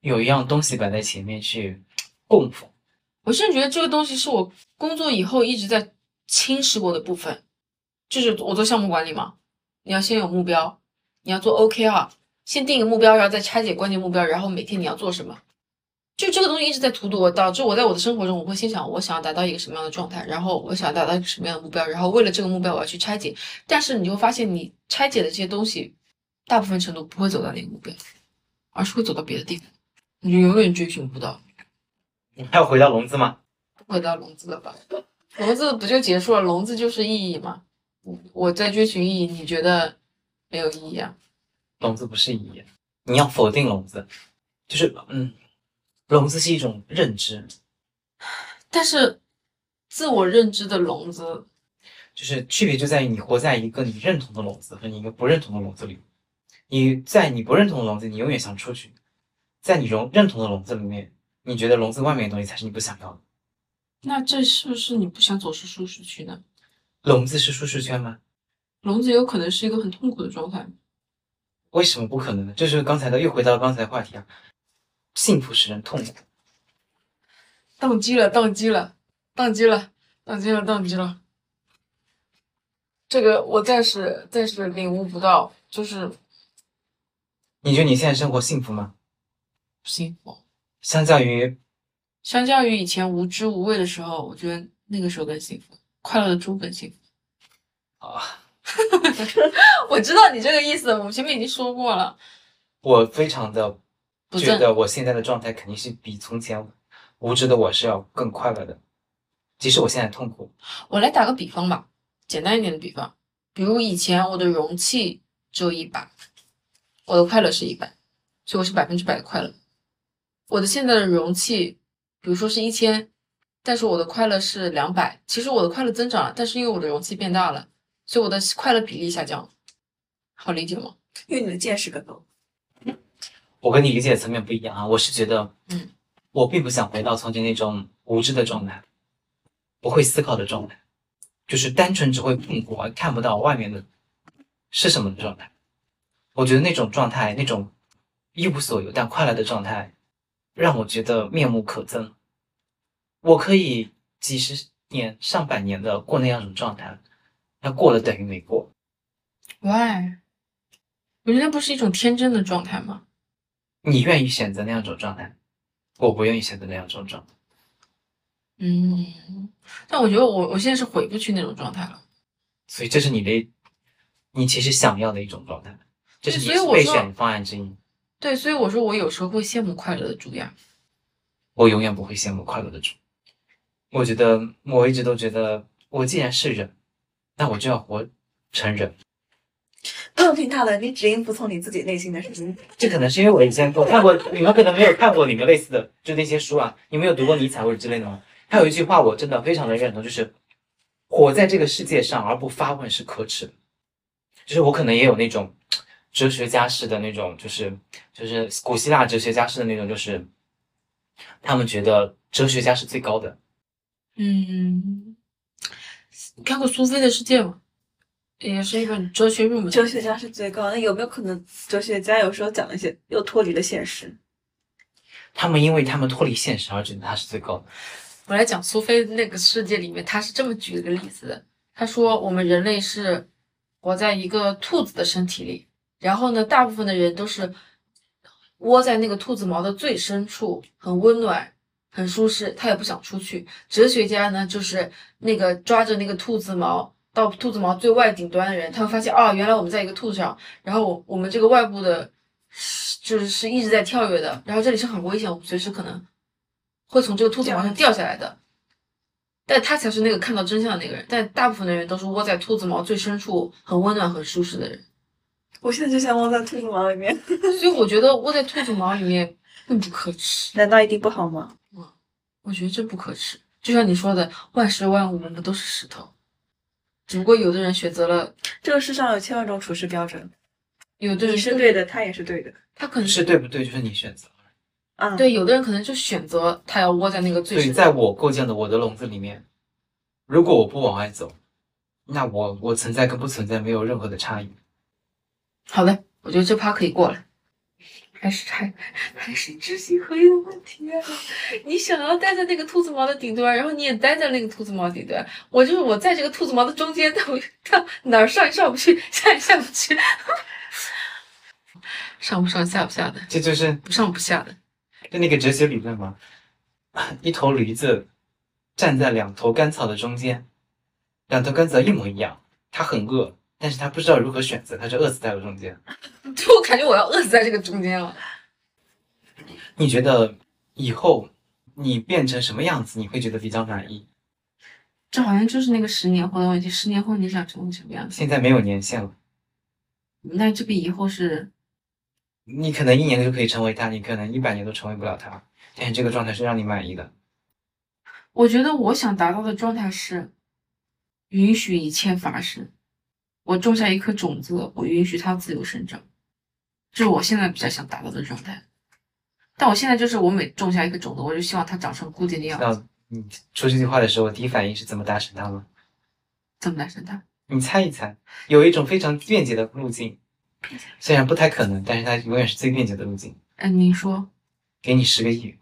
有一样东西摆在前面去供奉。我甚至觉得这个东西是我工作以后一直在侵蚀我的部分，就是我做项目管理嘛，你要先有目标，你要做 OK 啊，先定一个目标，然后再拆解关键目标，然后每天你要做什么，就这个东西一直在荼毒我，导致我在我的生活中，我会先想我想要达到一个什么样的状态，然后我想要达到一个什么样的目标，然后为了这个目标我要去拆解，但是你就会发现你拆解的这些东西，大部分程度不会走到那个目标，而是会走到别的地方，你就永远追寻不到。你还要回到笼子吗？回到笼子了吧？嗯笼子不就结束了？笼子就是意义嘛。我我在追寻意义，你觉得没有意义啊。聋子不是一言，你要否定聋子，就是嗯，聋子是一种认知，但是自我认知的聋子，就是区别就在于你活在一个你认同的笼子和你一个不认同的笼子里。你在你不认同的笼子，你永远想出去；在你容认同的笼子里面，你觉得笼子外面的东西才是你不想要的。那这是不是你不想走出舒适区呢？笼子是舒适圈吗？聋子有可能是一个很痛苦的状态。为什么不可能呢？这就是刚才的，又回到了刚才的话题啊。幸福使人痛苦，宕机了，宕机了，宕机了，宕机了，宕机了。这个我暂时暂时领悟不到，就是你觉得你现在生活幸福吗？不幸福。相较于相较于以前无知无畏的时候，我觉得那个时候更幸福，快乐的猪更幸福。啊， 我知道你这个意思，我们前面已经说过了。我非常的不觉正得我现在的状态肯定是比从前无知的我是要更快乐的，即使我现在痛苦，我来打个比方吧，简单一点的比方，比如以前我的容器只有一百，我的快乐是一百，所以我是百分之百的快乐。我的现在的容器，比如说是一千，但是我的快乐是两百。其实我的快乐增长了，但是因为我的容器变大了，所以我的快乐比例下降了。好理解吗？因为你的见识更多。我跟你理解的层面不一样啊，我是觉得，嗯，我并不想回到从前那种无知的状态，不会思考的状态，就是单纯只会痛苦而看不到外面的是什么的状态。我觉得那种状态，那种一无所有但快乐的状态，让我觉得面目可憎。我可以几十年、上百年的过那样一种状态，那过了等于没过。 Why？我觉得那不是一种天真的状态吗？你愿意选择那样一种状态，我不愿意选择那样一种状态。嗯，但我觉得我我现在是回不去那种状态了。所以这是你的，你其实想要的一种状态，这是你所以我备说选方案之一。对，所以我说我有时候会羡慕快乐的猪呀。我永远不会羡慕快乐的主。我觉得我一直都觉得，我既然是人，那我就要活成人。不用听他的，你只应服从你自己内心的声音。这可能是因为我以前我看过，你们可能没有看过里面类似的就那些书啊，你们有读过尼采或者之类的吗？他有一句话我真的非常的认同，就是活在这个世界上而不发问是可耻的。就是我可能也有那种哲学家式的那种，就是就是古希腊哲学家式的那种，就是他们觉得哲学家是最高的，嗯，你看过苏菲的世界吗？也是一本哲学入门。哲学家是最高，那有没有可能哲学家有时候讲的一些又脱离了现实？他们因为他们脱离现实而觉得他是最高的。我来讲苏菲那个世界里面，他是这么举了个例子的。他说，我们人类是活在一个兔子的身体里，然后呢，大部分的人都是窝在那个兔子毛的最深处，很温暖，很舒适，他也不想出去。哲学家呢，就是那个抓着那个兔子毛到兔子毛最外顶端的人，他会发现啊，原来我们在一个兔子上，然后我我们这个外部的，就是是一直在跳跃的，然后这里是很危险，我们随时可能会从这个兔子毛上掉下来的。但他才是那个看到真相的那个人，但大部分的人都是窝在兔子毛最深处，很温暖、很舒适的人。我现在就想忘在兔子毛里面， 所以我觉得窝在兔子毛里面并不可耻，难道一定不好吗？我觉得这不可耻。就像你说的，万事万物我们都是石头，只不过有的人选择了，这个世上有千万种处事标准，有的你人是就对，的，他也是对的。他可能是对不对？就是你选择。啊，，对，有的人可能就选择他要窝在那个最所以，深在我构建的我的笼子里面，如果我不往外走，那我我存在跟不存在没有任何的差异。好的，我觉得这趴可以过了。还是还还是知行合一的问题啊！你想要待在那个兔子毛的顶端，然后你也待在那个兔子毛顶端。我就是我在这个兔子毛的中间，但我到哪儿上也上不去，下也下不去， 上不上下不下的，这就是不上不下的。就那个哲学理论嘛，一头驴子站在两头干草的中间，两头干草一模一样，它很饿，但是它不知道如何选择，它就饿死在了中间。就我感觉我要饿死在这个中间了。你觉得以后你变成什么样子，你会觉得比较满意？这好像就是那个十年后的问题，十年后你想成为什么样子？现在没有年限了，那这个以后是你可能一年就可以成为他，你可能一百年都成为不了他，但是这个状态是让你满意的。我觉得我想达到的状态是，允许一切发生。我种下一颗种子，我允许它自由生长，这是我现在比较想达到的状态。但我现在就是，我每种下一颗种子，我就希望它长成固定的样子，那你说这句话的时候，第一反应是怎么达成它吗？怎么来生它？你猜一猜，有一种非常便捷的路径，虽然不太可能，但是它永远是最便捷的路径。哎，您说，给你十个亿，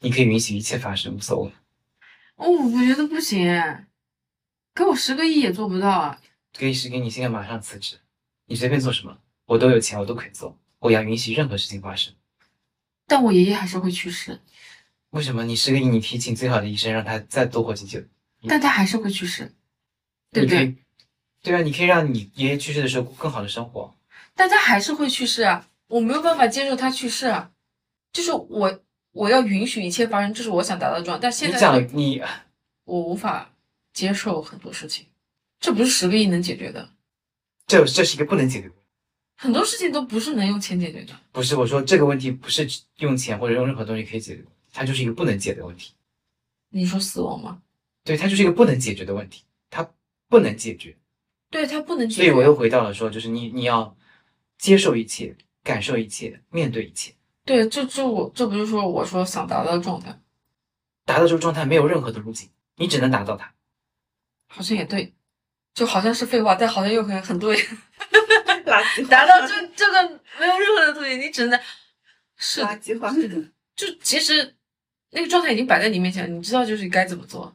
你可以允许一切发生，无所谓。哦，我觉得不行哎，给我十个亿也做不到啊！可以是给你现在马上辞职，你随便做什么，我都有钱，我都可以做。我要允许任何事情发生。但我爷爷还是会去世，为什么你十个亿，你提请最好的医生，让他再多活几久？但他还是会去世，对你不可对？以？对啊，你可以让你爷爷去世的时候过更好的生活。但他还是会去世啊！我没有办法接受他去世啊！就是我，我要允许一切发生，这是我想达到的状态。但现你在讲你我无法接受很多事情，这不是十个亿能解决的，这这是一个不能解决的，很多事情都不是能用钱解决的。不是我说这个问题不是用钱或者用任何东西可以解决的，它就是一个不能解决的问题。你说死亡吗？对，它就是一个不能解决的问题，它不能解决。对他不能解所决。以我又回到了说，就是你你要接受一切，感受一切，面对一切，对，这这我这不就是我说想达到的状态？达到这个状态没有任何的路径，你只能达到它。好像也对，就好像是废话，但好像又很很对。 垃圾话 达到这这个没有任何的对，你只能在 是垃的，圾话，就其实那个状态已经摆在你面前了，你知道就是该怎么做。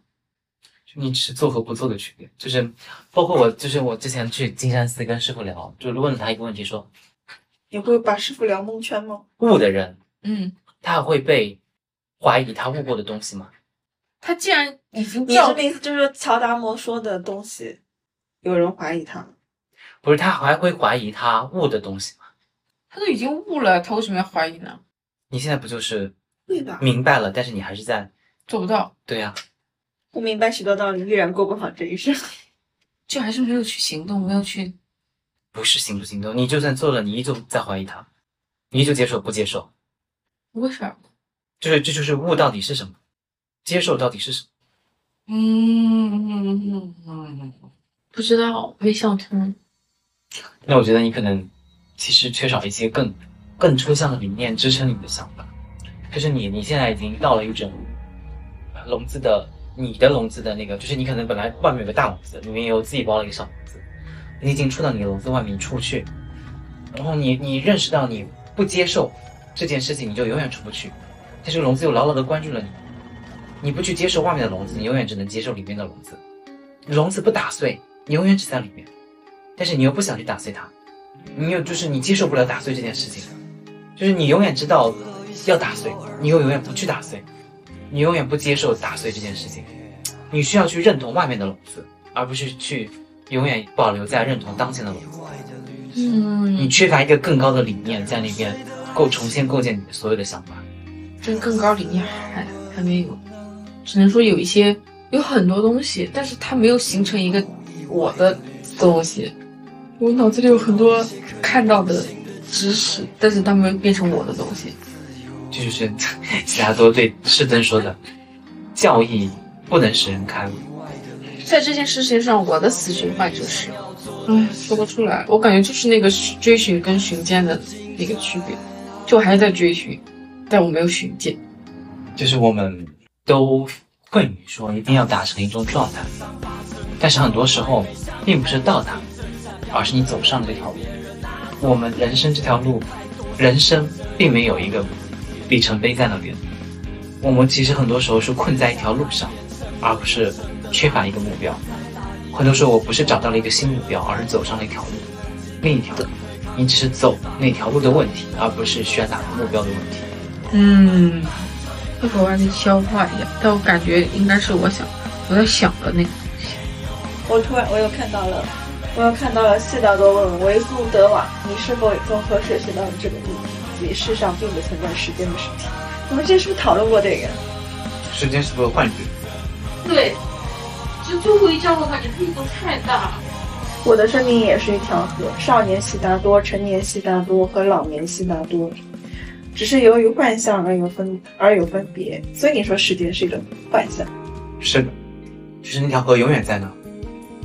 就你只做和不做的区别，就是包括我，就是我之前去金山寺跟师傅聊，就问了他一个问题说， 你会把师傅聊蒙圈吗？悟的人嗯，他会被怀疑他悟过的东西吗？他既然已经你这掉个，意思就是乔达摩说的东西，有人怀疑他吗？不是，他还会怀疑他悟的东西吗？他都已经悟了，他为什么要怀疑呢？你现在不就是对的，明白了，但是你还是在做不到，对啊呀、不明白许多道理，依然过不好这一生。 就还是没有去行动，没有去。不是行不行动，你就算做了，你依旧在怀疑他，你依旧接受不接受，为啥？就是这就是悟到底是什么，接受到底是什么。嗯，不知道，没想通。那我觉得你可能其实缺少一些更更抽象的理念支撑你的想法，就是你你现在已经到了一种呃笼子的你的笼子的那个，就是你可能本来外面有个大笼子，里面有自己包了一个小笼子，你已经出到你的笼子外面你出不去，然后你你认识到你不接受这件事情，你就永远出不去，但是笼子又牢牢的关住了你，你不去接受外面的笼子，你永远只能接受里面的笼子，笼子不打碎，你永远只在里面。但是你又不想去打碎它，你又就是你接受不了打碎这件事情，就是你永远知道要打碎，你又永远不去打碎，你永远不接受打碎这件事情，你需要去认同外面的笼子，而不是去永远保留在认同当前的笼子。你嗯，缺乏一个更高的理念在那边构重新构建你的所有的想法。这更高理念还还没有，只能说有一些有很多东西，但是它没有形成一个我的东西。我脑子里有很多看到的知识，但是它没有变成我的东西。这就是 悉达多对世尊说的：教义不能使人开悟。在这件事情上，我的死循环就是，唉，说不出来。我感觉就是那个追寻跟寻见的那个区别，就还是在追寻，但我没有寻见。就是我们都困于说一定要达成一种状态，但是很多时候并不是到达，而是你走上这条路。我们人生这条路，人生并没有一个里程碑在那边，我们其实很多时候是困在一条路上，而不是缺乏一个目标。很多时候我不是找到了一个新目标，而是走上了一条路，另一条路。你只是走那条路的问题，而不是选哪个目标的问题。嗯，一会儿我让你消化一下，但我感觉应该是我想我在想的那个。我突然我又看到了，我又看到了悉达多问维苏德瓦，你是否已从河水学到了这个秘密，以及世上并不存在时间的事情？我们之前是不是讨论过这个？时间是不是幻觉？对，就最后一张我感觉力度太大了，我的生命也是一条河，少年悉达多、成年悉达多和老年悉达多，只是由于幻象而有分而有分别。所以你说时间是一个幻象，是的，就是那条河永远在那。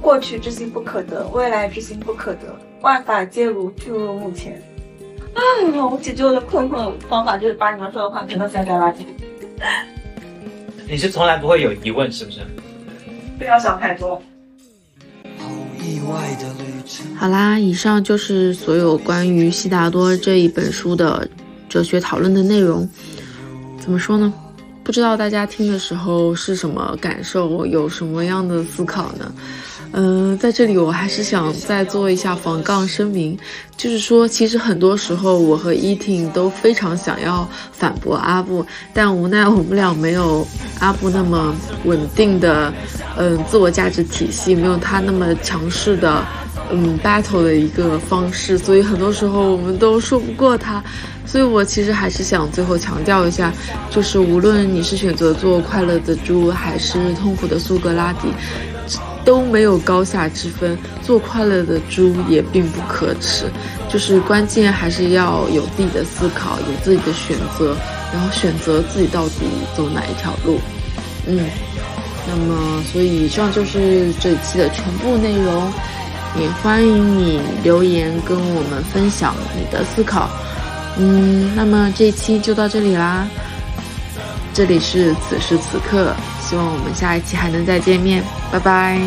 过去之心不可得，未来之心不可得，万法皆如俱入目前。啊，我解决我的困惑方法就是把你们说的话全都塞在垃圾里，你是从来不会有疑问，是不是？不要想太多。好啦，以上就是所有关于悉达多这一本书的哲学讨论的内容。怎么说呢？不知道大家听的时候是什么感受，有什么样的思考呢？嗯、在这里我还是想再做一下防杠声明，就是说，其实很多时候我和依婷都非常想要反驳阿布，但无奈我们俩没有阿布那么稳定的，嗯，自我价值体系，没有他那么强势的，嗯，battle 的一个方式，所以很多时候我们都说不过他。所以我其实还是想最后强调一下，就是无论你是选择做快乐的猪，还是痛苦的苏格拉底，都没有高下之分，做快乐的猪也并不可耻，就是关键还是要有自己的思考，有自己的选择，然后选择自己到底走哪一条路。嗯，那么所以以上就是这一期的全部内容，也欢迎你留言跟我们分享你的思考。嗯，那么这一期就到这里啦，这里是此时此刻，希望我们下一期还能再见面，拜拜。